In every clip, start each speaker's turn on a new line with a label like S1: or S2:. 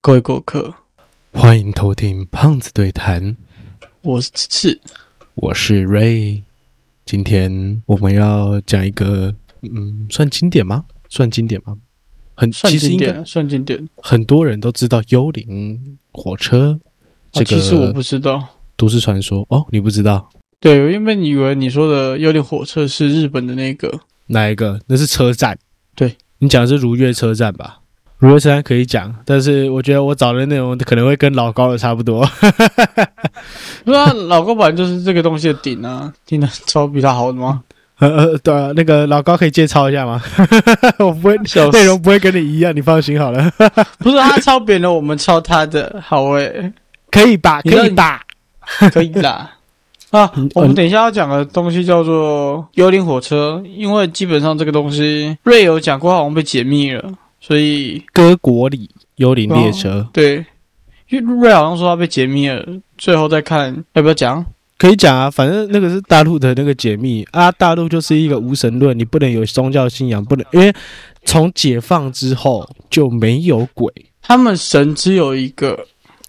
S1: 各位过客，
S2: 欢迎偷听胖子对谈，
S1: 我是次次，
S2: 我是 Ray。今天我们要讲一个，嗯，算经典吗？算经典吗？很，
S1: 算
S2: 其实
S1: 经
S2: 应
S1: 典，
S2: 该
S1: 算经典。
S2: 很多人都知道《幽灵火车》这
S1: 啊、其实我
S2: 个
S1: 不知道，
S2: 都市传说哦，你不知道
S1: 对，我原本以为你说的有点火车是日本的那个，
S2: 哪一个？那是车站，
S1: 对
S2: 你讲的是如月车站吧？如月车站可以讲，但是我觉得我找的内容可能会跟老高的差不多。
S1: 不是、啊、老高版就是这个东西的顶啊， 顶的超比他好的吗？
S2: 呃呃，对、啊，那个老高可以借抄一下吗？ 我不会
S1: 笑，死
S2: 内容不会跟你一样，你放心好了。
S1: 不是啊他抄别人的，我们抄他的，好诶、
S2: 可以吧？
S1: 你知道
S2: 可以吧？
S1: 可以啦。啊
S2: 嗯，
S1: 我们
S2: 嗯
S1: 等一下要讲的东西叫做幽灵火车，因为基本上这个东西瑞有讲过，好像被解密了，所以
S2: 哥国里幽灵列车
S1: 对，因为瑞好像说他被解密了，最后再看要不要讲。
S2: 可以讲啊，反正那个是大陆的那个解密啊，大陆就是一个无神论，你不能有宗教信仰，不能因为从解放之后就没有鬼，
S1: 他们神只有一个，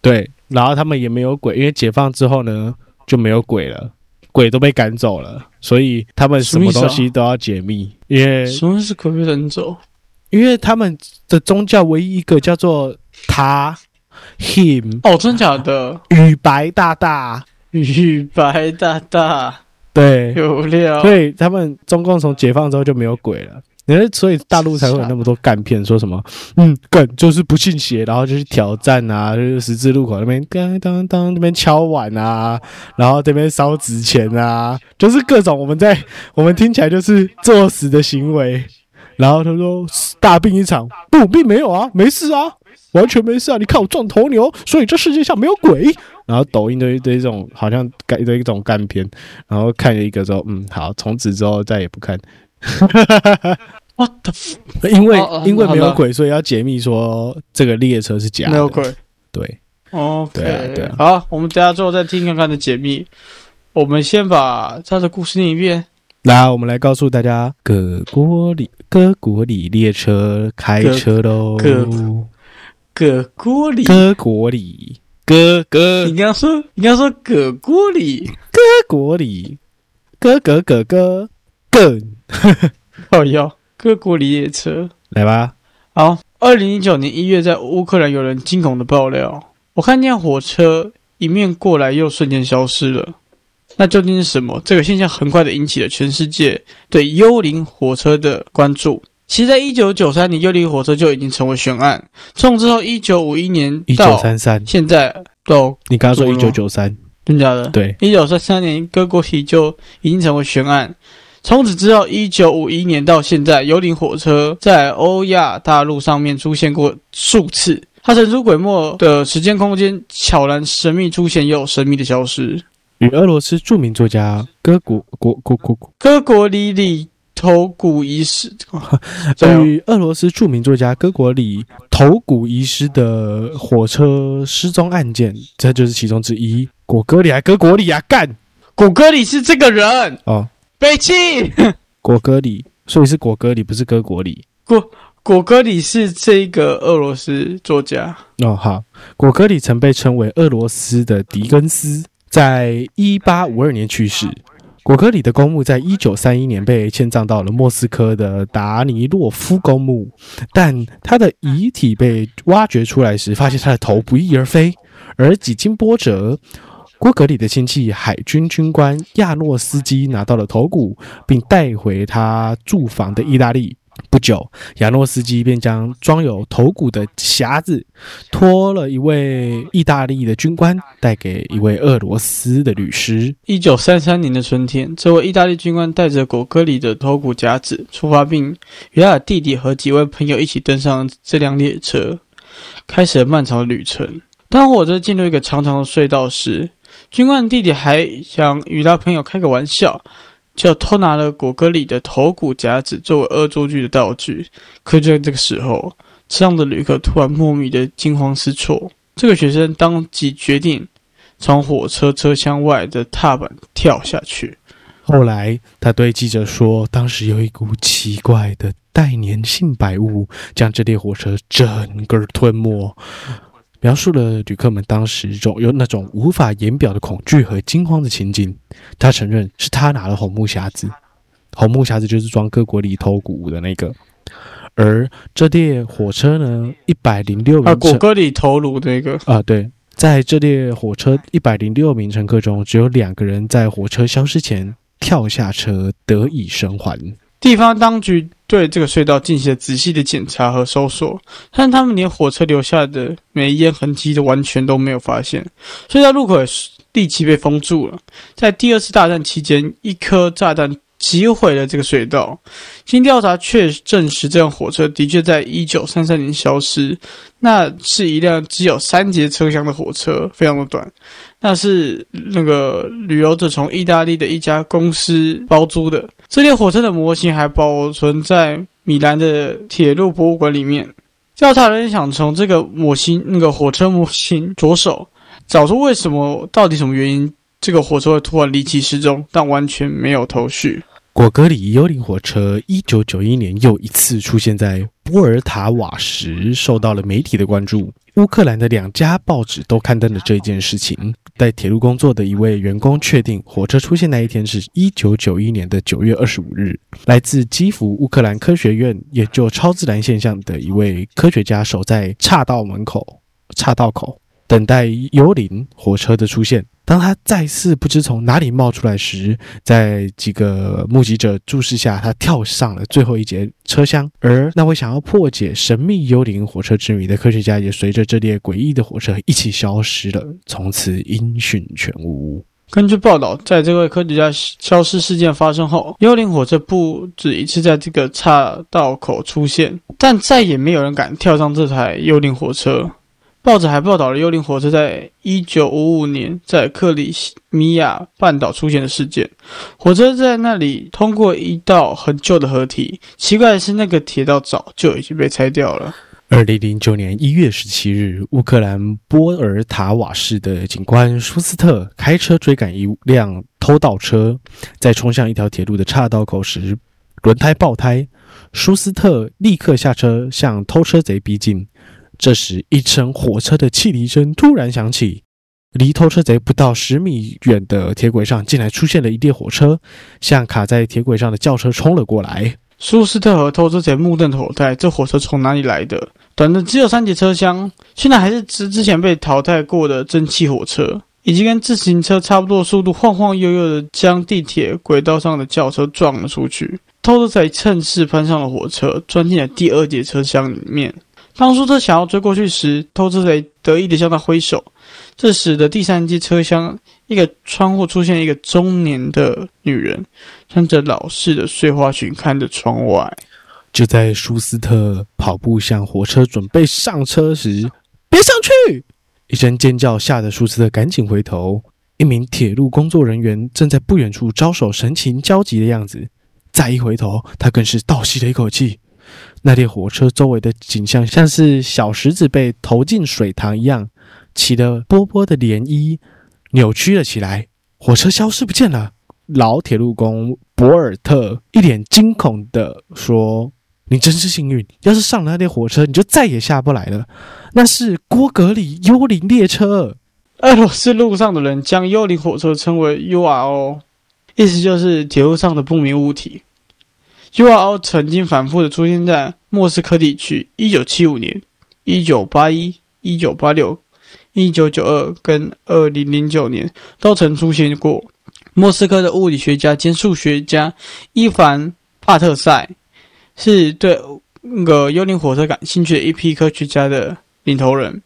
S2: 对，然后他们也没有鬼，因为解放之后呢就没有鬼了，鬼都被赶走了，所以他们什么
S1: 什么意思
S2: 东
S1: 啊
S2: 西都要解密，因为
S1: 什么是鬼被人走？
S2: 因为他们的宗教唯一一个叫做他 him
S1: 哦，真假 的？
S2: 雨白大大，
S1: 雨白大大
S2: 对，
S1: 有料，
S2: 所以他们中共从解放之后就没有鬼了。你看，所以大陆才会有那么多干片，说什么嗯，梗就是不信邪，然后就去挑战啊，就是十字路口那边当当当那边敲碗啊，然后这边烧纸钱啊，就是各种我们在我们听起来就是作死的行为。然后他说大病一场，不，并没有啊，没事啊，完全没事啊，你看我撞头牛，所以这世界上没有鬼。然后抖音的一堆这种好像干的一种干片，然后看了一个之后，嗯，好，从此之后再也 不看。
S1: 我的
S2: 因为、
S1: 哦哦
S2: 因为没
S1: 好
S2: 有
S1: 的
S2: 鬼，所以要解密说这个列车是假的。
S1: 没有，鬼。
S2: 对，
S1: OK，
S2: 对啊对啊
S1: 好，我们等一下最后再听看看的解密。我们先把他的故事念一遍。
S2: 来，我们来告诉大家，葛国里葛国里列车开车喽。
S1: 葛葛锅里，
S2: 葛国里，葛葛
S1: 你刚刚说，你刚刚说葛锅里，
S2: 葛国里，葛葛葛葛葛，
S1: 哦哟，葛锅里列车。
S2: 来吧，
S1: 好，二零一九年一月，在乌克兰有人惊恐的爆料，我看见火车迎面过来，又瞬间消失了。那究竟是什么？这个现象很快的引起了全世界对幽灵火车的关注。其实，在一九九三年，幽灵火车就已经成为悬案。从之后，一九五一年
S2: 一九
S1: 到
S2: 三三，
S1: 现在都
S2: 你刚刚说
S1: 怎
S2: 一
S1: 么
S2: 九
S1: 了
S2: 九三，
S1: 真假的？
S2: 对，
S1: 一九三三年，各国体就已经成为悬案。从此之后，一九五一年到现在，幽灵火车在欧亚大陆上面出现过数次。它神出鬼没的时间空间，悄然神秘出现，又神秘的消失。
S2: 与俄罗斯著名作家葛国国国国国
S1: 各国里里头骨仪式，对哦
S2: 与俄罗斯著名作家戈国里头骨遗失的火车失踪案件，这就是其中之一。果戈里还戈国里啊，干
S1: 骨骼里是这个人，
S2: 哦，
S1: 北 气。
S2: 果戈里，所以是果戈里，不是戈国里
S1: 骨骼里是这个俄罗斯作家。
S2: 哦。好，果戈里曾被称为俄罗斯的狄更斯，在一八五二年去世。果戈里的公墓在一九三一年被迁葬到了莫斯科的达尼洛夫公墓，但他的遗体被挖掘出来时，发现他的头不翼而飞，而几经波折，郭格里的亲戚海军军官亚诺斯基拿到了头骨，并带回他驻防的意大利。不久，亚诺斯基便将装有头骨的匣子托了一位意大利的军官，带给一位俄罗斯的律师。
S1: 一九三三年的春天，这位意大利军官带着果戈里的头骨夹子出发，并与他的弟弟和几位朋友一起登上这辆列车，开始了漫长的旅程。当火车进入一个长长的隧道时，军官的弟弟还想与他朋友开个玩笑，就偷拿了果戈里的头骨夹子作为恶作剧的道具。可就在这个时候，车上的旅客突然莫名的惊慌失措，这个学生当即决定从火车车厢外的踏板跳下去。
S2: 后来，他对记者说，当时有一股奇怪的带粘性白雾将这列火车整个吞没。描述了旅客们当时种有那种无法言表的恐惧和惊慌的情景。他承认是他拿了红木匣子，红木匣子就是装各国里头谷的那个。而这列火车呢，一百零六
S1: 啊，
S2: 名
S1: 果
S2: 乘
S1: 戈里头颅那个，
S2: 啊、对，在这列火车一百零六名乘客中，只有两个人在火车消失前跳下车，得以生还。
S1: 地方当局对这个隧道进行了仔细的检查和搜索，但他们连火车留下的煤烟痕迹都完全都没有发现。隧道入口也是立即被封住了。在第二次大战期间，一颗炸弹击毁了这个隧道。经调查确证实，这辆火车的确在一九三三年消失。那是一辆只有三节车厢的火车，非常的短。那是那个旅游者从意大利的一家公司包租的。这列火车的模型还保存在米兰的铁路博物馆里面。调查人员想从这个模型、那个火车模型着手，找出为什么到底什么原因这个火车会突然离奇失踪，但完全没有头绪。
S2: 果戈里幽灵火车一九九一年又一次出现在波尔塔瓦时，受到了媒体的关注。乌克兰的两家报纸都刊登了这件事情。在铁路工作的一位员工确定，火车出现那一天是一九九一年的九月二十五日。来自基辅乌克兰科学院研究超自然现象的一位科学家守在岔道门口、岔道口，等待幽灵火车的出现。当他再次不知从哪里冒出来时，在几个目击者注视下，他跳上了最后一节车厢。而那位想要破解神秘幽灵火车之谜的科学家，也随着这列诡异的火车一起消失了，从此音讯全无。
S1: 根据报道，在这位科学家消失事件发生后，幽灵火车不止一次在这个岔道口出现，但再也没有人敢跳上这台幽灵火车。报纸还报道了幽灵火车在1955年在克里米亚半岛出现的事件。火车在那里通过一道很旧的河堤，奇怪的是，那个铁道早就已经被拆掉了。
S2: 二零零九年一月十七日，乌克兰波尔塔瓦市的警官舒斯特开车追赶一辆偷盗车，在冲向一条铁路的岔道口时，轮胎爆胎。舒斯特立刻下车向偷车贼逼近。这时，一声火车的汽笛声突然响起，离偷车贼不到十米远的铁轨上，竟然出现了一列火车，向卡在铁轨上的轿车冲了过来。
S1: 苏斯特和偷车贼目瞪口呆，这火车从哪里来的？短的只有三节车厢，现在还是之之前被淘汰过的蒸汽火车，以及跟自行车差不多的速度晃晃悠悠的将地铁轨道上的轿车撞了出去。偷车贼趁势攀上了火车，钻进了第二节车厢里面。当苏车想要追过去时，偷车贼得意地向他挥手，这使得第三节车厢一个窗户出现一个中年的女人，穿着老式的碎花裙，看着窗外。
S2: 就在舒斯特跑步向火车准备上车时，别上去！一声尖叫吓得舒斯特赶紧回头，一名铁路工作人员正在不远处招手，神情焦急的样子。再一回头，他更是倒吸了一口气。那列火车周围的景象像是小石子被投进水塘一样，起了波波的涟漪，扭曲了起来。火车消失不见了。老铁路工博尔特一脸惊恐地说：“你真是幸运，要是上了那列火车，你就再也下不来了。那是郭格里幽灵列车。
S1: 俄罗斯路上的人将幽灵火车称为 URO，意思就是铁路上的不明物体。URO 曾经反复的出现在莫斯科地区1975年、1981、1986、1992跟2009年都曾出现过。莫斯科的物理学家兼数学家伊凡·帕特塞是对那个幽灵火车感兴趣的一批科学家的领头人。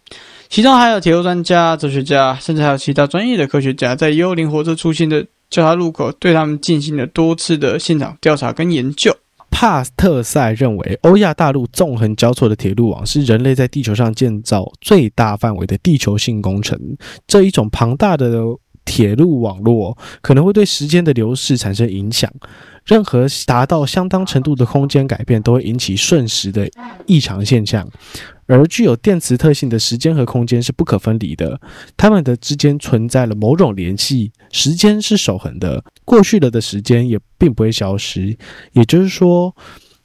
S1: 其中还有铁路专家、哲学家，甚至还有其他专业的科学家，在幽灵火车出现的交叉路口，对他们进行了多次的现场调查跟研究。”
S2: 帕特塞认为，欧亚大陆纵横交错的铁路网是人类在地球上建造最大范围的地球性工程。这一种庞大的铁路网络可能会对时间的流逝产生影响。任何达到相当程度的空间改变都会引起瞬时的异常现象，而具有电磁特性的时间和空间是不可分离的，它们的之间存在了某种联系。时间是守恒的，过去了的时间也并不会消失。也就是说，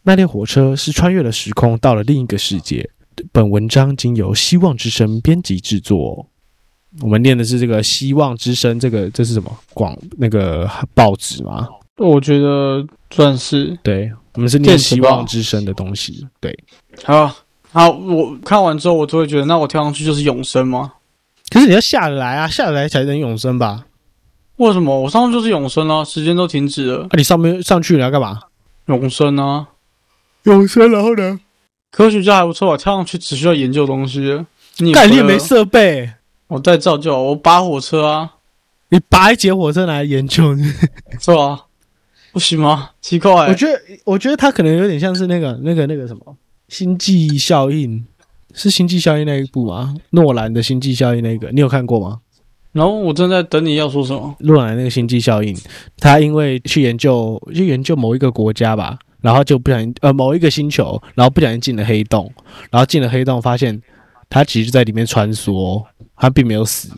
S2: 那列火车是穿越了时空到了另一个世界。本文章经由希望之声编辑制作。我们念的是这个希望之声，这个这是什么广那个报纸吗？
S1: 我觉得算是
S2: 对，我们是念
S1: 电子
S2: 希
S1: 报
S2: 望之声的东西。对，
S1: 好。好，我看完之后，我就会觉得，那我跳上去就是永生吗？
S2: 可是你要下得来啊，下得来才能永生吧？
S1: 为什么我上去就是永生啊？时间都停止了，
S2: 啊，你上面上去你要干嘛？
S1: 永生啊！
S2: 永生，然后呢？
S1: 科学家还不错啊，跳上去只需要研究东西。你
S2: 概念
S1: 不
S2: 没
S1: 会啊
S2: 设备，
S1: 我再造就好，我扒火车啊，
S2: 你拔一节火车来研究。
S1: 是吧？不行吗？奇怪、
S2: 我觉得，我觉得他可能有点像是那个、那个、那个什么《星际效应》，是《星际效应》那一部吗？诺兰的《星际效应》那个，你有看过吗？
S1: 然后我正在等你要说什么。
S2: 诺兰那个《星际效应》，他因为去研究去研究某一个国家吧，然后就不小心呃某一个星球，然后不小心进了黑洞，然后进了黑洞发现他其实就在里面穿梭，他并没有死。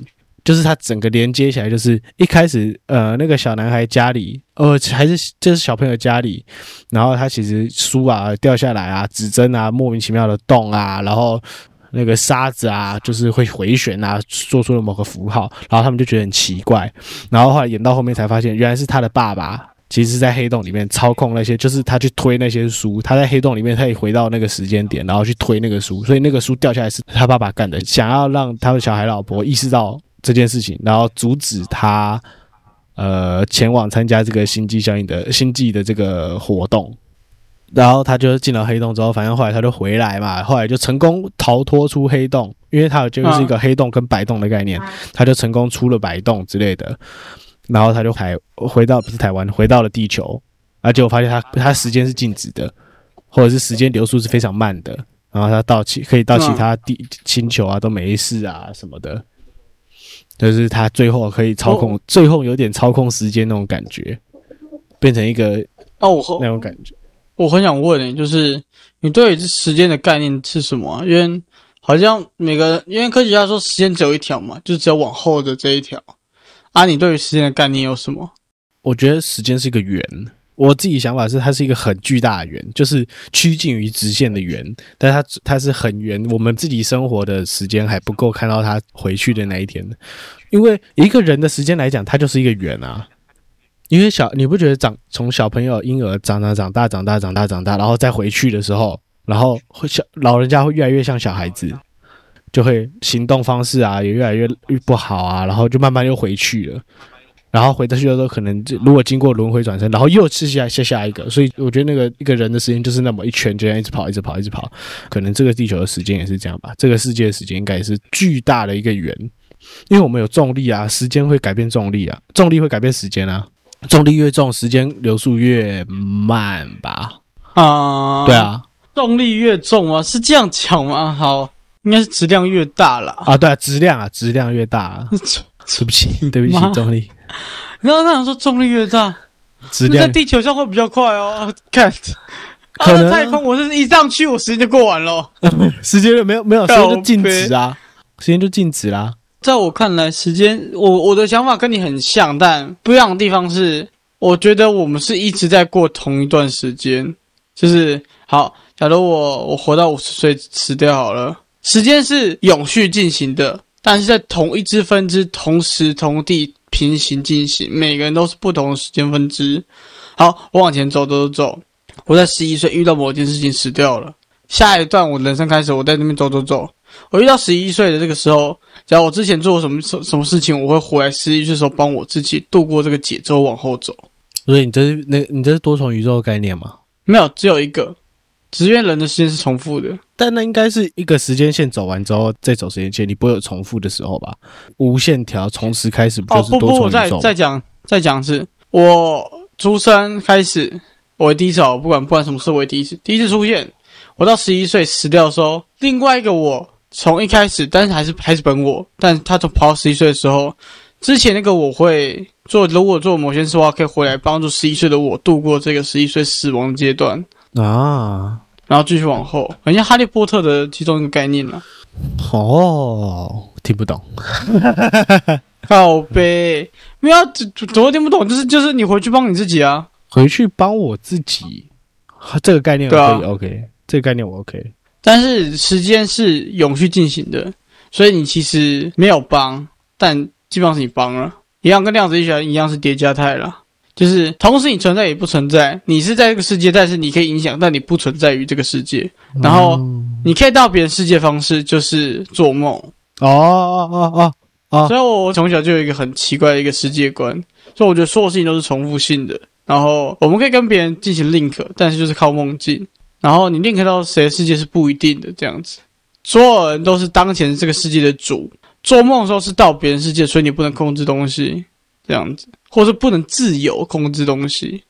S2: 就是他整个连接起来，就是一开始，呃，那个小男孩家里，呃，还是就是小朋友家里，然后他其实书啊掉下来啊，指针啊莫名其妙的动啊，然后那个沙子啊就是会回旋啊，做出了某个符号，然后他们就觉得很奇怪，然后后来演到后面才发现，原来是他的爸爸，其实是在黑洞里面操控那些，就是他去推那些书，他在黑洞里面，他也回到那个时间点，然后去推那个书，所以那个书掉下来是他爸爸干的，想要让他的小孩老婆意识到这件事情，然后阻止他。呃，前往参加这个星际效应的星际的这个活动，然后他就进了黑洞之后，反正后来他就回来嘛，后来就成功逃脱出黑洞，因为他有就是一个黑洞跟白洞的概念，他就成功出了白洞之类的，然后他就台回到不是台湾，回到了地球，而且我发现他他时间是静止的，或者是时间流速是非常慢的，然后他到其可以到其他地星球啊都没事啊什么的，就是他最后可以操控，最后有点操控时间那种感觉，变成一个
S1: 那、我很
S2: 那种感觉。
S1: 我很想问你、就是你对于时间的概念是什么啊、因为好像每个因为科学家说时间只有一条嘛，就只有往后的这一条。啊，你对于时间的概念有什么？
S2: 我觉得时间是一个圆。我自己想法是，它是一个很巨大的圆，就是趋近于直线的圆，但它它是很圆。我们自己生活的时间还不够看到它回去的那一天，因为一个人的时间来讲，它就是一个圆啊。因为小，你不觉得长从小朋友婴儿长长长大长大长大长大，然后再回去的时候，然后会小老人家会越来越像小孩子，就会行动方式啊也越来越不好啊，然后就慢慢又回去了。然后回到去的时候，可能就如果经过轮回转身，然后又吃下下下一个，所以我觉得那个一个人的时间就是那么一圈，就这样一直跑，一直跑，一直跑。可能这个地球的时间也是这样吧，这个世界的时间应该也是巨大的一个圆，因为我们有重力啊，时间会改变重力啊，重力会改变时间啊，重力越重，时间流速越慢吧？
S1: 啊，
S2: 对，啊，
S1: 重力越重啊，是这样讲吗？好，应该是质量越大 啦。
S2: 啊对啊，质量啊，质量越大、 啊，对不起，对不起
S1: 妈，
S2: 重力，
S1: 然后那人说重力越大，
S2: 质
S1: 在
S2: 量
S1: 地球上会比较快哦。 啊看，
S2: 可能
S1: 啊、那太空我是一上去，我时间就过完了。
S2: 时间就没有没有，时间就静止啊，时间就静止啦、
S1: 在我看来，时间，我我的想法跟你很像，但不一样的地方是，我觉得我们是一直在过同一段时间。就是好，假如我我活到五十岁死掉好了，时间是永续进行的，但是在同一只分支同时同地平行进行，每个人都是不同的时间分支。好，我往前走走走走，我在十一岁遇到某件事情死掉了，下一段我人生开始，我在那边走走走，我遇到十一岁的这个时候。假如我之前做过什么什什么事情，我会回来失忆的时候帮我自己度过这个解之后往后走。
S2: 所以你这是那你这是多重宇宙的概念吗？
S1: 没有，只有一个，只是因为人的时间是重复的。
S2: 但那应该是一个时间线走完之后再走时间线，你不会有重复的时候吧？无限条从十开始不
S1: 哦
S2: 就是
S1: 不
S2: 多
S1: 不，
S2: 重
S1: 我
S2: 宇
S1: 再
S2: 宙吗？
S1: 再讲再讲一次，我出生开始，我第一次哦，不管不管什么事，我第一次第一次出现，我到十一岁死掉的时候，另外一个我从一开始，但是还是还是本我，但他从跑到十一岁的时候，之前那个我会做，如果做某些事的话，可以回来帮助十一岁的我度过这个十一岁死亡的阶段。
S2: 啊，
S1: 然后继续往后，很像哈利波特的其中一个概念了。
S2: 哦，听不懂。
S1: 靠背，没有啊怎怎怎么听不懂？就是就是你回去帮你自己啊。
S2: 回去帮我自己，啊这个概念我可以、
S1: 对
S2: OK，这个概念我 OK。
S1: 但是时间是永续进行的，所以你其实没有帮，但基本上是你帮了，一样跟量子力学一样是叠加态了。就是同时你存在也不存在，你是在这个世界，但是你可以影响，但你不存在于这个世界。然后
S2: 嗯
S1: 你可以到别人世界方式就是做梦，
S2: 哦哦哦哦，哦
S1: 所以我啊从小就有一个很奇怪的一个世界观，所以我觉得所有事情都是重复性的。然后我们可以跟别人进行 link，但是就是靠梦境。然后你 link 到谁的世界是不一定的，这样子，所有人都是当前这个世界的主。做梦的时候是到别人世界，所以你不能控制东西，这样子，或是不能自由控制东西。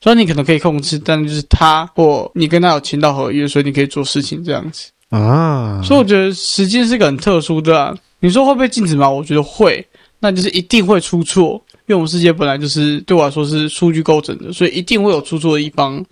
S1: 虽然你可能可以控制，但就是他或你跟他有签到合约，所以你可以做事情这样子。
S2: 啊，
S1: 所以我觉得时间是个很特殊的、啊。你说会被禁止吗？我觉得会，那就是一定会出错，因为我们世界本来就是对我来说是数据构成的，所以一定会有出错的一方。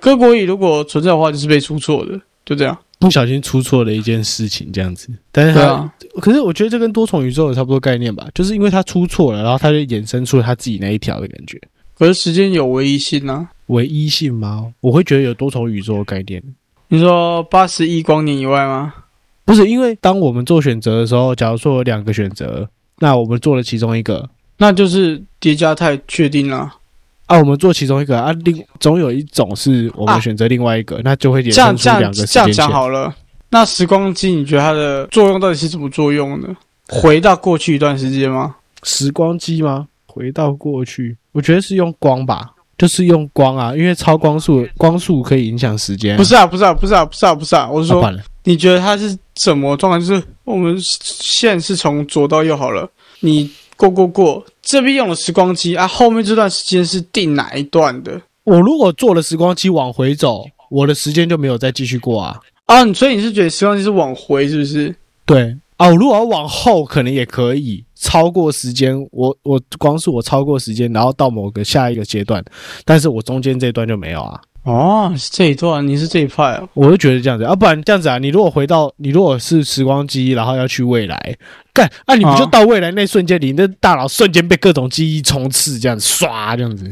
S1: 各国语如果存在的话，就是被出错的，就这样。
S2: 不小心出错的一件事情这样子，但是
S1: 对
S2: 它、
S1: 啊，
S2: 可是我觉得这跟多重宇宙有差不多概念吧，就是因为它出错了，然后它就衍生出它自己那一条的感觉。
S1: 可是时间有唯一性啊。
S2: 唯一性吗？我会觉得有多重宇宙的概念，
S1: 你说八十亿光年以外吗？
S2: 不是因为当我们做选择的时候，假如说有两个选择，那我们做了其中一个，
S1: 那就是叠加态确定了、
S2: 啊，我们做其中一个啊，另总有一种是我
S1: 啊
S2: 们选择另外一个，那就会衍
S1: 这样
S2: 生
S1: 这
S2: 出
S1: 样
S2: 两个时
S1: 这样
S2: 间线
S1: 讲。好了。那时光机，你觉得它的作用到底是怎么作用呢？回到过去一段时间吗？
S2: 时光机吗？回到过去，我觉得是用光吧，就是用光啊，因为超光速，光速可以影响时间啊、
S1: 不是啊，不是啊，不是啊，不是啊，不是啊！我是
S2: 啊，
S1: 说，
S2: 反了
S1: 你觉得它是什么状态？就是我们线是从左到右好了，你过过过，这边用了时光机啊，后面这段时间是定哪一段的
S2: 我如果做了时光机往回走，我的时间就没有再继续过啊。
S1: 啊？你所以你是觉得时光机是往回是不是？
S2: 对啊，我如果要往后，可能也可以超过时间，我我光速我超过时间，然后到某个下一个阶段，但是我中间这一段就没有啊。
S1: 哦，是这一段，你是这一派哦。
S2: 我就觉得这样子，啊，不然这样子啊，你如果回到你如果是时光机，然后要去未来，干啊，你不就
S1: 啊
S2: 到未来那瞬间，你的大脑瞬间被各种记忆冲刺，这样子唰，这样子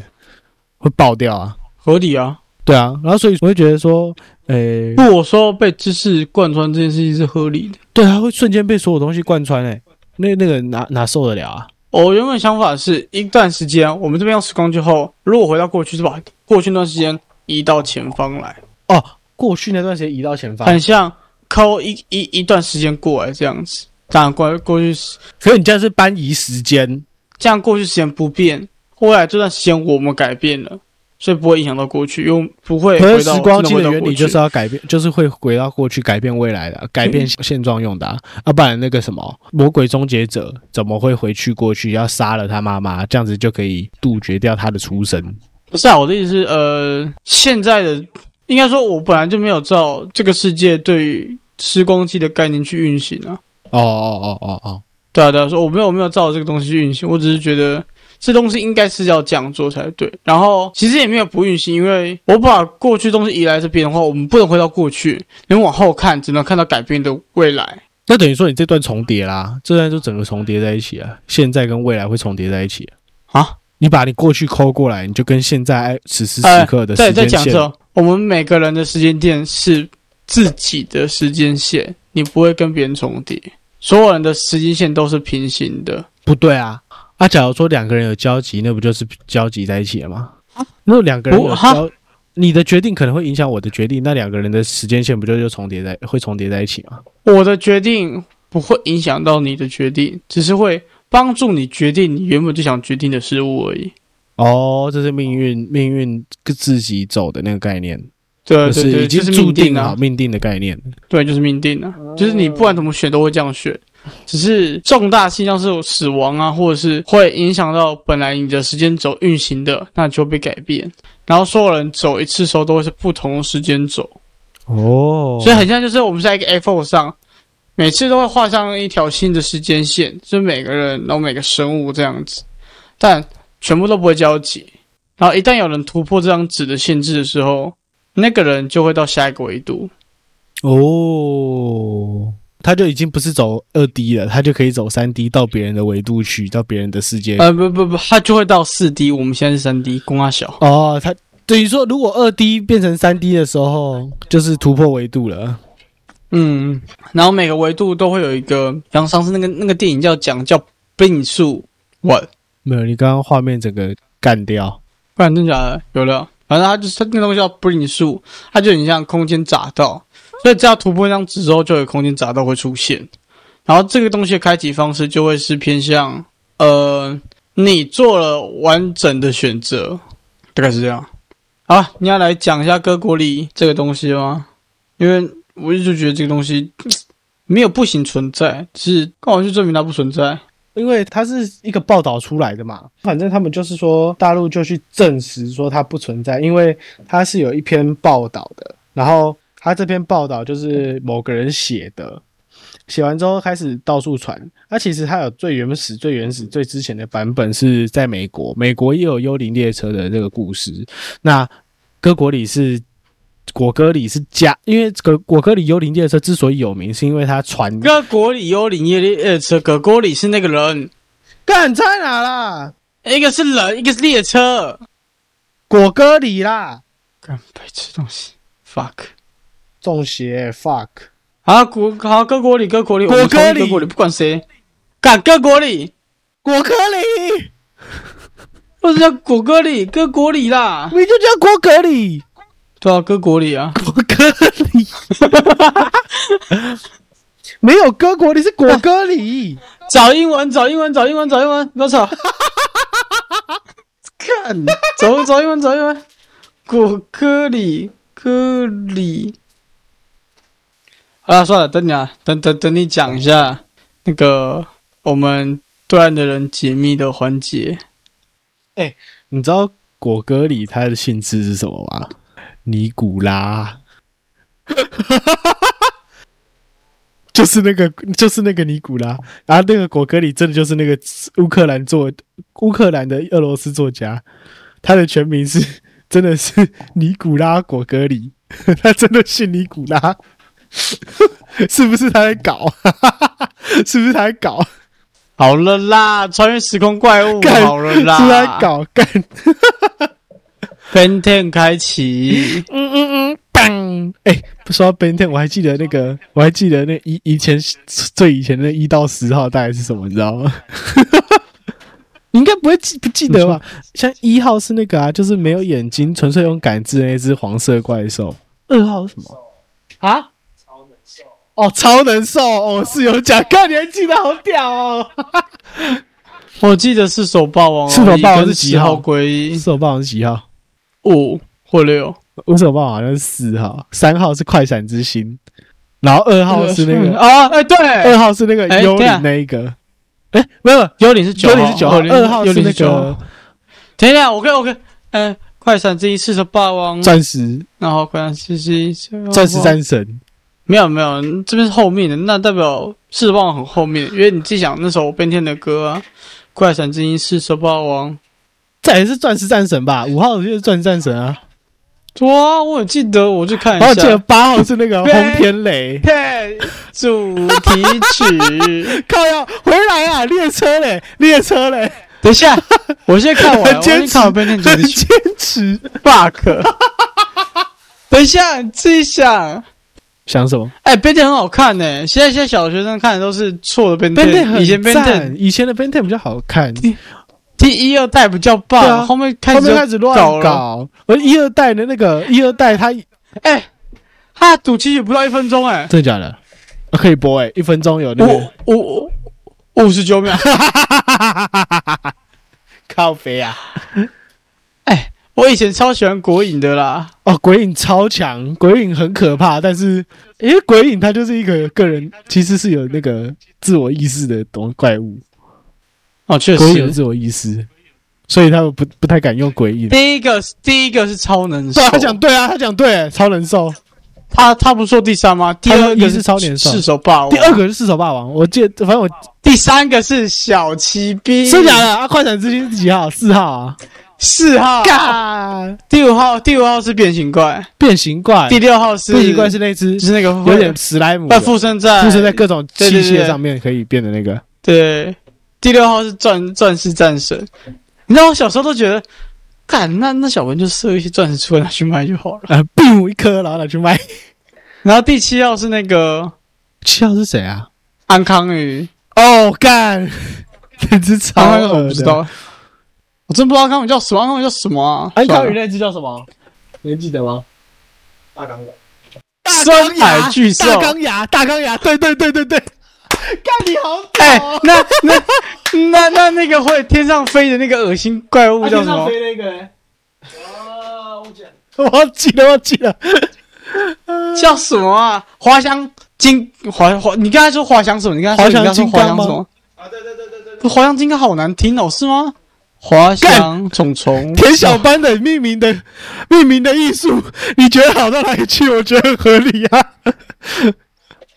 S2: 会爆掉啊，
S1: 合理啊。
S2: 对啊，然后所以我会觉得说，诶、
S1: 不，我说被知识贯穿这件事情是合理的。
S2: 对啊，会瞬间被所有东西贯穿、欸，那那个哪哪受得了啊？
S1: 我原本想法是一段时间，我们这边用时光机后，如果回到过去，是把过去那段时间移到前方来。
S2: 哦，过去那段时间移到前方，
S1: 很像抠一一一段时间过来这样子，这样过过去时
S2: 可是你这样是搬移时间，
S1: 这样过去时间不变，未来这段时间我们改变了，所以不会影响到过去，又不会
S2: 可
S1: 回
S2: 是
S1: 到
S2: 时光机
S1: 真回
S2: 的
S1: 到
S2: 原
S1: 过
S2: 理
S1: 去
S2: 就是要改变，就是会回到过去改变未来的啊，改变现状用的 啊，啊不然那个什么魔鬼终结者怎么会回去过去要杀了他妈妈，这样子就可以杜绝掉他的出生？
S1: 不是啊，我的意思是呃，现在的应该说，我本来就没有照这个世界对于时光机的概念去运行啊。
S2: 哦哦哦哦哦，
S1: 对啊，对啊，说我没有我没有照这个东西去运行，我只是觉得这东西应该是要这样做才对。然后其实也没有不运行，因为我把过去东西移来这边的话，我们不能回到过去，你往后看只能看到改变的未来。
S2: 那等于说你这段重叠啦，这段就整个重叠在一起啊，现在跟未来会重叠在一起
S1: 啊。
S2: 你把你过去抠过来，你就跟现在此时此刻的
S1: 再
S2: 时
S1: 再
S2: 间
S1: 呃讲一次
S2: 线，
S1: 哦，我们每个人的时间线是自己的时间线，你不会跟别人重叠。所有人的时间线都是平行的，
S2: 不对啊！啊，假如说两个人有交集，那不就是交集在一起了吗？如果两个人有
S1: 不哈
S2: 交，你的决定可能会影响我的决定，那两个人的时间线不就就重叠在会重叠在一起吗？
S1: 我的决定不会影响到你的决定，只是会帮助你决定你原本就想决定的事物而已。
S2: 哦，这是命运命运自己走的那个概念，
S1: 呃对对
S2: 就是
S1: 对，
S2: 已经
S1: 就是
S2: 注
S1: 命
S2: 定
S1: 定
S2: 好
S1: 啊，
S2: 命定的概念。
S1: 对，就是命定啊，就是你不管怎么选都会这样选，只是重大性像是有死亡啊，或者是会影响到本来你的时间轴运行的，那就会被改变。然后所有人走一次的时候都会是不同的时间轴，
S2: 哦
S1: 所以很像就是我们在一个 F4 上，每次都会画上一条新的时间线，就是每个人，然后每个生物这样子，但全部都不会交集。然后一旦有人突破这张纸的限制的时候，那个人就会到下一个维度。
S2: 哦，他就已经不是走二 D 了，他就可以走三 D 到别人的维度去，到别人的世界。
S1: 呃，不不不，他就会到四 D，我们现在是三 D，公阿小。
S2: 哦，他等于说，如果二 D 变成三 D 的时候，就是突破维度了。
S1: 嗯，然后每个维度都会有一个，比方上次那个那个电影叫讲叫病术，我
S2: 没有，你刚刚画面整个干掉。
S1: 不然真假的有了，反正它就是它那个东西叫 Brin 树，它就很像空间匝道，所以只要突破一张纸之后，就有空间匝道会出现。然后这个东西的开启方式就会是偏向呃，你做了完整的选择，大概是这样。好，你要来讲一下哥国里这个东西吗？因为我一直觉得这个东西没有不行存在，只是刚好就证明它不存在。
S2: 因为它是一个报道出来的嘛，反正他们就是说大陆就去证实说它不存在，因为它是有一篇报道的，然后他这篇报道就是某个人写的，写完之后开始到处传。那、其实它有最原始、最原始、最之前的版本是在美国，美国也有幽灵列车的这个故事。那哥国里是。果戈里是加，因为这个果戈里幽灵列车之所以有名，是因为它传
S1: 哥国里幽灵夜列车，哥国里是那个人，
S2: 干在哪啦？
S1: 哎一个是人，一个是列车。
S2: 果戈里啦，
S1: 干白痴东西，fuck！
S2: 中邪 fuck，
S1: 啊，国好，各国里，各国里，
S2: 国
S1: 我们同意
S2: 歌里
S1: 各国里，不管谁，干各国里，
S2: 果戈里，
S1: 不是叫国歌里，各国里啦，
S2: 你就叫果戈里，
S1: 对啊，各国里啊，
S2: 果戈里，没有哥国里是果戈里，
S1: 找英文，找英文，找英文，找英文，不要 吵，看，找找英文，找英文，国歌里，歌里，啊，算了，等你啊，等等等你讲一下那个我们对岸的人解密的环节。
S2: 你知道果戈里他的姓氏是什么吗？尼古拉。 就是那个，就是那个尼古拉，然后那个果戈里真的就是那个乌克兰作乌克兰的俄罗斯作家，他的全名是 真的是尼古拉果戈里， 他真的姓尼古拉， 是不是他在搞？ 是不是他在搞？
S1: 好了啦，穿越时空怪物，
S2: 干
S1: 好了
S2: 是不是他
S1: 啦
S2: 在，搞干？
S1: Ben Ten 开启，
S2: 嗯嗯嗯，当！哎、不说到 Ben Ten，我还记得那个，我还记得那以以前最以前的一到十号大概是什么，你知道吗？你应该不会记不记得吧？像一号是那个啊，就是没有眼睛，纯粹用感知的那只黄色怪兽。二号是什么啊？哦，超能兽哦，是有讲，看你还记得好屌哦！
S1: 我记得是手霸王，
S2: 是手霸王是几
S1: 几
S2: 号
S1: 号归
S2: 手霸王是几号？
S1: 五或六，
S2: 我手霸王好像是四号，三号是快闪之星，然后二号是那 个
S1: 啊，哎对，
S2: 二号是那个
S1: 哎
S2: 幽
S1: 对
S2: 灵
S1: 啊
S2: 那一个，哎、没有，
S1: 幽灵是九
S2: 幽
S1: 号，
S2: 灵是九号，
S1: 幽灵
S2: 二号
S1: 幽
S2: 是
S1: 灵
S2: 那
S1: 九号
S2: 个嗯
S1: 等一下，我看我看，嗯，快闪之一是手霸王，
S2: 钻石
S1: 然后快闪之一是
S2: 钻石，战神，
S1: 没有没有，这边是后面的，那代表是手霸王很后面，因为你自己想那首 Ben Ten 的歌啊，快闪之一是手霸王，
S2: 这也是钻石战神吧？五号就是钻石战神啊，
S1: 对啊，我有记得，我去看一
S2: 然后
S1: 下，
S2: 我记得八号是那 个
S1: 对
S2: 轰天雷，
S1: 配主题曲。
S2: 靠呀，回来啊，列车嘞，列车嘞，
S1: 等一下，我先看完，
S2: 很
S1: 我先
S2: 坚持，
S1: 看完配主
S2: 很
S1: 题曲
S2: 坚持，
S1: bug。等一下，你自己想。
S2: 想什么？
S1: 哎、b e n 很好看呢、现在现在小学生看的都是错的 Ben
S2: Ben 很
S1: 以前 Ben
S2: 赞，以前的 Ben Ten 比较好看，
S1: 第一二代比较棒，
S2: 对啊
S1: 后面开
S2: 后
S1: 始
S2: 面
S1: 就
S2: 开始乱
S1: 搞了
S2: 搞，而一二代的那个一二代他
S1: 哎、他赌气也不到一分钟哎、
S2: 真的假的？啊可以播哎，一分钟有那个。
S1: 五五五十九秒。
S2: 靠肥啊！
S1: 哎、我以前超喜欢国影的啦，
S2: 哦，鬼影超强，鬼影很可怕，但是因为鬼影它就是一个个人，其实是有那个自我意识的懂怪物，
S1: 哦，确
S2: 鬼影有
S1: 实。
S2: 自我意识，所以他们不不太敢用鬼影。
S1: 第一个第一个是超能手
S2: 对，，他讲对啊，他讲对，超人兽。
S1: 他他不是说第三吗？第二
S2: 他
S1: 个
S2: 说一是超年少
S1: 四手霸王，
S2: 第二个是四手霸王，我记得，反正我
S1: 第三个是小骑兵，
S2: 真假的啊，快闪之星是几号？四号啊。
S1: 四号，
S2: 嘎，
S1: 第五号第五号是变形怪，
S2: 变形怪，
S1: 第六号是
S2: 哎变形怪是那只
S1: 就是那个
S2: 有点史莱姆的，
S1: 半附身在
S2: 附身在各种器
S1: 对对对
S2: 械上面可以变的那个。
S1: 对，第六号是钻钻石战神。你知道我小时候都觉得， 干那那小文就射一些钻石出来拿去卖就好了。
S2: 呃，b 一颗，然后拿去卖。
S1: 然后第七号是那个
S2: 七号是谁啊？
S1: 安康鱼，
S2: 哦，干， 那只超
S1: 安康鱼我
S2: 恶
S1: 不知
S2: 的。
S1: 道，我真不知道安康鱼叫什么，安康鱼叫什么啊？
S3: 安康鱼
S1: 鱼
S3: 那只叫什么？你还记得吗？
S4: 大钢管，
S1: 酸奶巨兽
S2: 大钢牙，大钢牙，对对对对对，
S3: 干你好
S1: 哎、那 那那那那个会天上飞的那个恶心怪物
S3: 那
S1: 叫
S3: 天
S1: 什
S3: 上
S1: 么？
S3: 飞那个哎嘞，
S4: 啊，我讲，
S2: 忘记了忘记了，
S1: 叫什么啊？滑翔金滑滑，你刚才说滑翔什么？你刚才说
S2: 滑翔
S1: 你刚才说
S2: 金刚
S1: 滑翔
S2: 吗
S1: 什么？
S4: 啊，对对对对对
S1: 不
S4: 对，
S1: 滑翔金刚好难听哦，是吗？滑翔虫虫，
S2: 田小班的命名的命名的艺术，你觉得好到哪里去？我觉得很合理啊。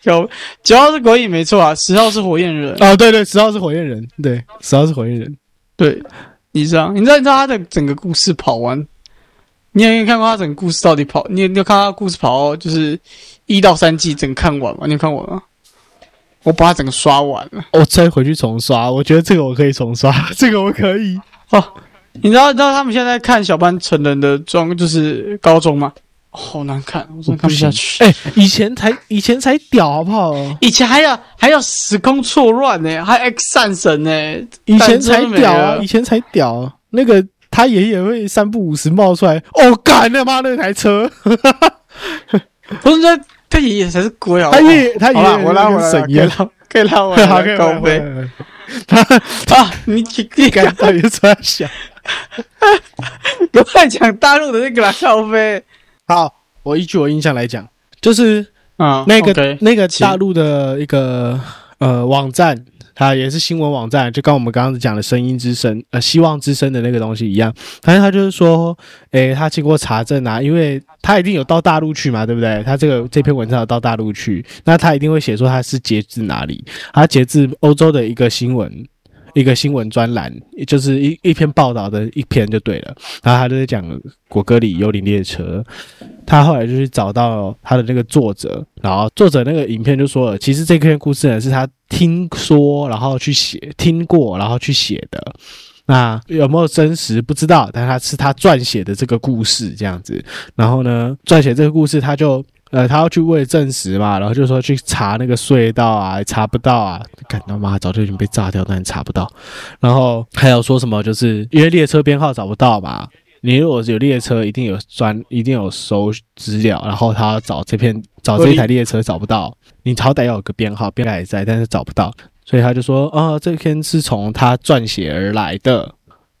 S1: 有九号是鬼影没错啊，十号是火焰人。
S2: 哦，对对，十号是火焰人，对，十号是火焰人。
S1: 对，你知道，你知道，你知道他的整个故事跑完，你有没有看过他整个故事到底跑？你有你有看他的故事跑到就是一到三季整个看完吗？你有看完吗？我把它整个刷完了。
S2: 哦我再回去重刷，我觉得这个我可以重刷，这个我可以。
S1: 你知道，你知道他们现在在看小班成人的装，就是高中吗？好难看，我真的看不下去。
S2: 哎、以前才以前才屌好不好？
S1: 以前还有还有时空错乱呢、还有 X 战神呢、
S2: 以前才屌
S1: 但真的没
S2: 啊，
S1: 了
S2: 以前才屌、那个他爷爷会三不五时冒出来，哦，干他妈那台车，
S1: 不是这他爷爷才是鬼好不
S2: 他
S1: 好
S2: 哎爷爷他爷
S1: 好啦
S2: 爷
S1: 我拉我拉，
S2: 沈
S1: 可以
S2: 爷，
S1: 拉，可以拉我
S2: 好，
S1: 来
S2: 可以
S1: 高飞。
S2: 飞，
S1: 啊，你你你
S2: 干到底是在想？
S1: 不要讲大陆的那个啦，靠飞
S2: 好，我依据我印象来讲，就是
S1: 啊
S2: 那个、
S1: OK
S2: 那个
S1: 请
S2: 大陆的一个呃网站，它也是新闻网站，就跟我们刚刚讲的“声音之声”呃“希望之声”的那个东西一样。反正他就是说，诶、他经过查证啊，因为他一定有到大陆去嘛，对不对？他这个这篇文章有到大陆去，那他一定会写说他是截至哪里，他截至欧洲的一个新闻。一个新闻专栏，就是一一篇报道的一篇就对了。然后他就在讲果戈里幽灵列车，他后来就去找到他的那个作者，然后作者那个影片就说了，呃其实这篇故事呢是他听说，然后去写，听过，然后去写的。那有没有真实不知道，但他是他撰写的这个故事这样子。然后呢，撰写这个故事，他就呃，他要去为了证实嘛，然后就说去查那个隧道啊，查不到啊，感到妈早就已经被炸掉，但查不到。然后还有说什么，就是因为列车编号找不到嘛，你如果有列车，一定有专，一定有收资料，然后他要找这片找这一台列车找不到，你好歹要有个编号，编号也在，但是找不到，所以他就说，啊、这篇是从他撰写而来的，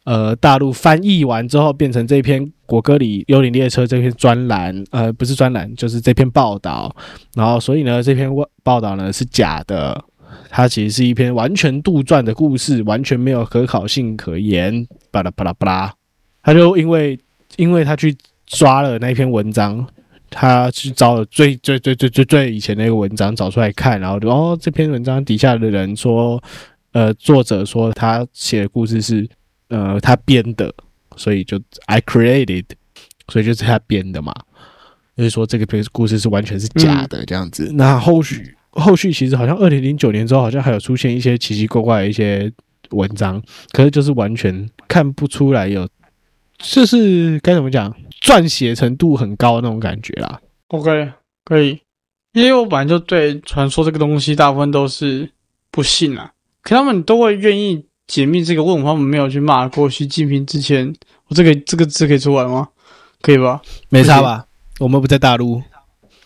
S2: 呃，大陆翻译完之后变成这篇《果戈里幽灵列车》这篇专栏，呃，不是专栏，就是这篇报道，然后所以呢，这篇报道呢是假的。它其实是一篇完全杜撰的故事，完全没有可考性可言，巴拉巴拉巴拉。他就因为因为他去抓了那篇文章，他去找了最最最最最最以前那个文章找出来看，然后就哦这篇文章底下的人说，呃作者说他写的故事是呃他编的，所以就 I created，所以就是他编的嘛，就是说这个故故事是完全是假的这样子。那后续后续其实好像二零零九年之后，好像还有出现一些奇奇怪怪的一些文章，可是就是完全看不出来有，就是该怎么讲，撰写程度很高的那种感觉啦。
S1: OK 可以，因为我本来就对传说这个东西大部分都是不信啊，可他们都会愿意解密这个。为什么他们没有去骂过去竞平之前？我这个这个字可以出来吗？可以吧？
S2: 没差吧？我们不在大陆，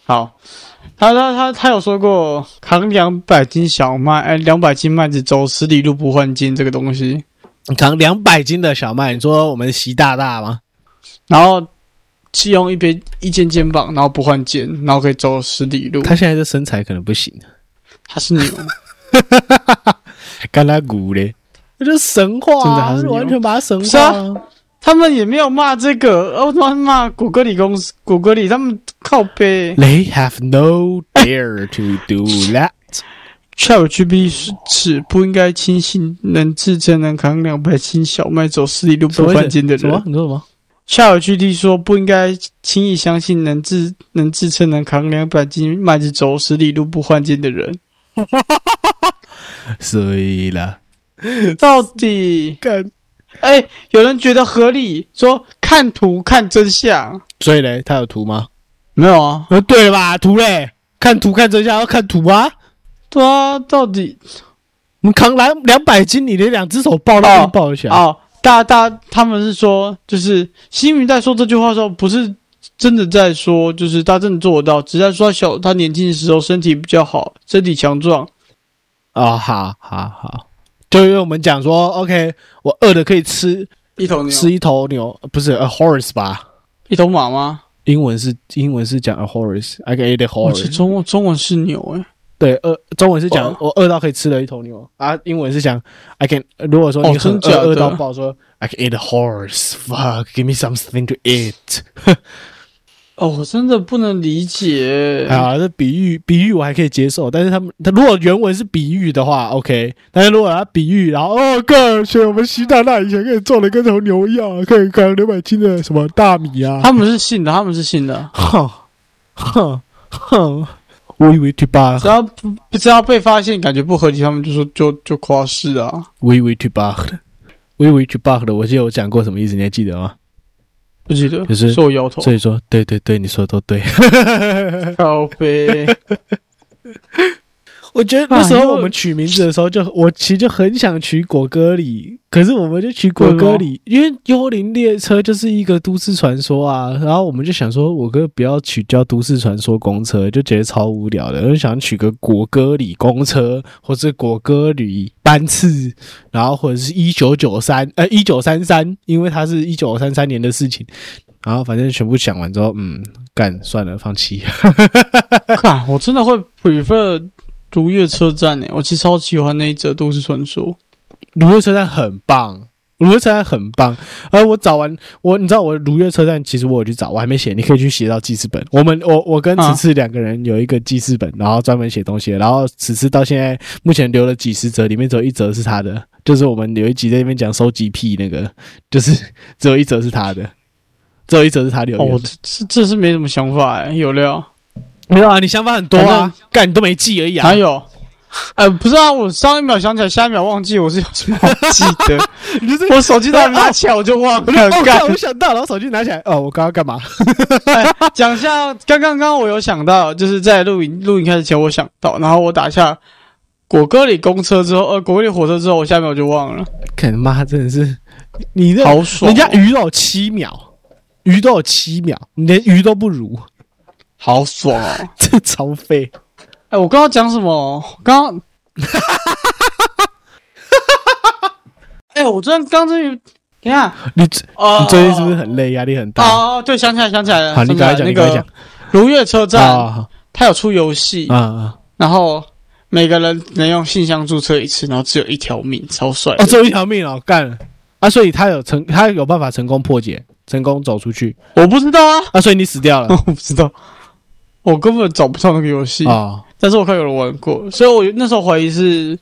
S1: 好，他他他他有说过扛两百斤小麦，哎，两百斤麦子走十里路不换斤这个东西。
S2: 扛两百斤的小麦，你说我们习大大吗？
S1: 然后弃用一边一肩肩膀，然后不换肩，然后可以走十里路。
S2: 他现在这身材可能不行，
S1: 他是牛，
S2: 干他骨嘞，那就是神话、
S1: 真的
S2: 啊，
S1: 他是牛
S2: 完全把他神
S1: 是
S2: 化、
S1: 啊他们也没有骂这个，哦，他妈骂谷歌里公司，谷歌里他们靠背
S2: They have no dare to do that。
S1: ，ChatGPT 是是不应该轻信能自称能扛两百斤小麦走十里路不换肩的
S2: 什么
S1: 人。？
S2: 你说什么？
S1: ChatGPT 说不应该轻易相信能自能自称能扛两百斤麦子走十里路不换肩的人。
S2: 所以啦，
S1: 到底
S2: 干，
S1: 哎、有人觉得合理，说看图看真相。
S2: 所以嘞，他有图吗？
S1: 没有啊，
S2: 呃，对了吧？图嘞，看图看真相要看图啊。
S1: 对啊，到底
S2: 我们扛两两百斤，你连两只手抱都
S1: 哦
S2: 不抱得起来。
S1: 哦，大大他们是说，就是新民在说这句话的时候，不是真的在说，就是他真的做得到，只是在说他小他年轻的时候身体比较好，身体强壮。
S2: 哦，好好好，就因为我们讲说，OK，我饿了可以吃
S1: 一头牛
S2: 吃一头牛，呃不是 a horse 吧？
S1: 一头马吗？
S2: 英文是英文是讲 a horse，I can eat a
S1: 我记
S2: horse。
S1: 中文中文哦是牛欸诶、
S2: 对，饿中文是讲
S1: 哇
S2: 我饿到可以吃了一头牛啊，英文是讲 I can。如果说你
S1: 哦
S2: 很
S1: 真
S2: 饿
S1: 假的
S2: 饿到爆，说 I can eat a horse，fuck，give me something to eat。
S1: 哦，我真的不能理解、
S2: 啊，这比喻比喻我还可以接受，但是他们他如果原文是比喻的话，OK，但是如果他比喻，然后哦，哥，所以我们习大大以前可以做的跟头牛一样，啊可以扛两百斤的什么大米啊，
S1: 他们是信的，他们是信的，
S2: 哼啊哼哼，我以为对吧
S1: 只？要不不只要被发现感觉不合理，他们就说就就夸是啊，
S2: 我以为对吧的，我以为对吧的，我记得我讲过什么意思，你还记得吗？
S1: 不记得，
S2: 可是
S1: 是我摇头
S2: 所，以说，对对对，你说的都对。
S1: 靠背。
S2: 我觉得那时
S1: 啊因
S2: 候
S1: 为
S2: 我们取名字的时候就，我其实就很想取果戈里，可是我们就取果戈里，因为幽灵列车就是一个都市传说啊。然后我们就想说，我哥不要取叫都市传说公车，就觉得超无聊的，就想取个果戈里公车，或是果戈里班次，然后或者是一九九三呃一九三三，因为它是一九三三年的事情。然后反正全部想完之后，嗯，干算了，放弃。
S1: 看， 我真的会 prefer 如月车站呢、欸我其实超喜欢那一则都市传说。
S2: 如月车站很棒，如月车站很棒。而我找完我，你知道我如月车站，其实我有去找，我还没写，你可以去写到记事本。我们我我跟此次两个人有一个记事本，然后专门写东西。然后此次到现在目前留了几十则，里面只有一则是他的，就是我们有一集在那边讲收集癖那个，就是 只有一则是他的，只有一则是他留
S1: 哦，
S2: 言。
S1: 我这这这是没什么想法哎、有料
S2: 没有啊，你想法很多
S1: 反
S2: 啊，干你都没记而已啊
S1: 哪，有？呃，不是啊，我上一秒想起来，下一秒忘记，我是有什么好记 的？
S2: 你就是。
S1: 我手机突然拿起来，我就忘
S2: 哦我就
S1: 了。
S2: 哦，
S1: 干
S2: 干！我想到了，然后手机拿起来，哦，我刚刚干嘛？
S1: 讲一下，刚刚刚我有想到，就是在录影录影开始前我想到，然后我打下果戈里公车之后，呃，果戈里火车之后，我下一秒就忘了，
S2: 看妈真的是，你这
S1: 好爽哦、
S2: 人家鱼都有七秒，鱼都有七秒，你连鱼都不如，
S1: 好爽哦！
S2: 这超废。
S1: 哎、我刚刚讲什么？我刚 刚，哎、我昨天刚终于，等一下，
S2: 你最
S1: 哦，
S2: 你最近是不是很累，压力很大？
S1: 哦，对，想起来，想起来了。
S2: 好，你
S1: 想起来
S2: 赶快讲，
S1: 那
S2: 你
S1: 个
S2: 赶快讲。
S1: 如月车站，
S2: 啊
S1: 它有出游戏
S2: 啊，啊！
S1: 然后每个人能用信箱注册一次，然后只有一条命，超帅的。
S2: 哦，只有一条命哦，干了啊！所以他有成，他有办法成功破解，成功走出去
S1: 我不知道啊，
S2: 啊！所以你死掉了
S1: 我不知道，我根本找不到那个游戏，
S2: 啊！
S1: 但是我看有人玩过，所以我那时候怀疑是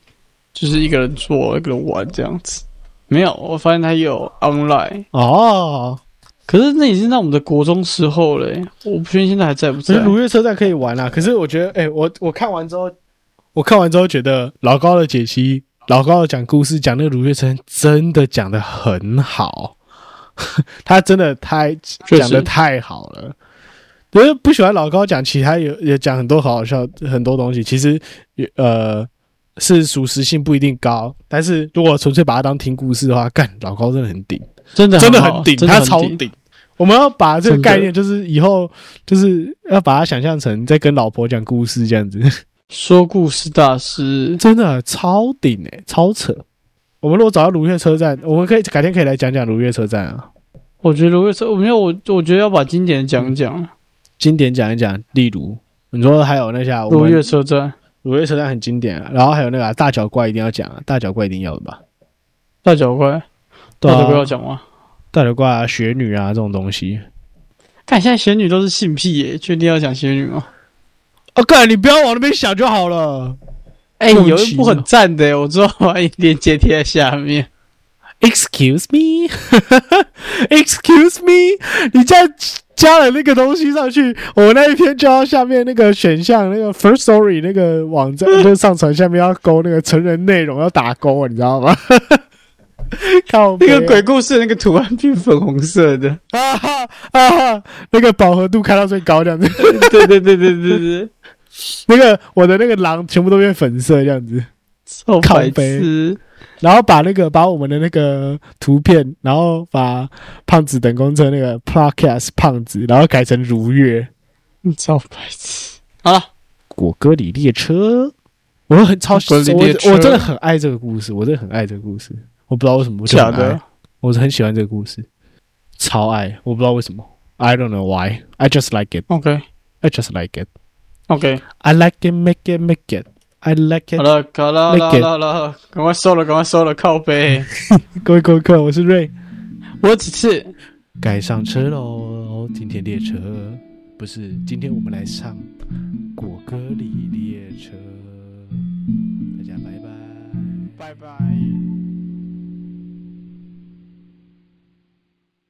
S1: 就是一个人做，一个人玩这样子。没有，我发现它有 online，
S2: 哦，
S1: 可是那已经在我们的国中时候嘞、我不确定现在还在不啊在
S2: 可是。如月车站可以玩啊，可是我觉得，哎，我我看完之后，我看完之后觉得老高的解析，老高的讲故事，讲那个如月车站真的讲的很好。 他真的太
S1: 确实
S2: 讲的太好了。我是不喜欢老高讲其他也也讲很多好好笑很多东西，其实也呃是属实性不一定高，但是如果纯粹把它当听故事的话，干老高真的很顶，
S1: 真的
S2: 真的
S1: 好
S2: 很顶，
S1: 真的
S2: 他
S1: 很
S2: 超顶。我们要把这个
S1: 真的
S2: 概念，就是以后就是要把它想象成在跟老婆讲故事这样子，
S1: 说故事大师，
S2: 真的超顶哎、超扯。我们如果找到如月车站，我们可以改天可以来讲讲如月车站啊。
S1: 我觉得我我没有我，我觉得要把经典的讲一讲。
S2: 经典讲一讲，例如你说还有那下我
S1: 如
S2: 们
S1: 月车站、
S2: 五月车站很经典啊，然后还有那个啊、大脚怪一定要讲啊，大脚怪一定要的吧？
S1: 大脚怪，
S2: 对
S1: 大
S2: 啊
S1: 脚怪要讲吗？
S2: 大脚怪啊，雪女啊这种东西。
S1: 看现在仙女都是性癖耶，确定要讲仙女吗？
S2: 哦，干，你不要往那边想就好了。
S1: 哎、
S2: 莫名
S1: 有
S2: 其
S1: 一部
S2: 妙
S1: 很赞的耶，我之后把链接贴在下面。
S2: Excuse me，Excuse me，你这样加了那个东西上去，我那一篇就要下面那个选项那个 First Story 那个网站，就是上传下面要勾那个成人内容要打勾啊，你知道吗？ 靠
S1: 那个
S2: 背
S1: 鬼故事的那个图案变粉红色的，
S2: 啊哈啊哈，那个饱和度开到最高这样子，
S1: 对对对对对 对，
S2: 那个我的那个狼全部都变粉色这样子，
S1: 超
S2: 靠
S1: 白
S2: 背
S1: 痴。
S2: 然后把那个把我们的那个图片，然后把胖子等公车那个 podcast 胖子，然后改成如月
S1: 超白痴。好了，
S2: 果戈里列车，我很超喜，
S1: 果戈里
S2: 我
S1: 列车
S2: 我真的很爱这个故事，我真的很爱这个故事，我不知道为什么，我就
S1: 假
S2: 很爱
S1: 的，
S2: 我很喜欢这个故事，超爱，我不知道为什么，I don't know why, I just like it,
S1: OK
S2: I just like it,
S1: OK，
S2: I like it, make it, make it, I like it
S1: 好。了，好了，好了，
S2: Make
S1: 好
S2: it
S1: 了，好了，赶快收了，赶快收了，靠背。
S2: 各位顾客，我是瑞，
S1: 我有几次
S2: 该上车喽！今天列车不是，今天我们来上果戈里列车，大家拜拜。
S1: 拜拜。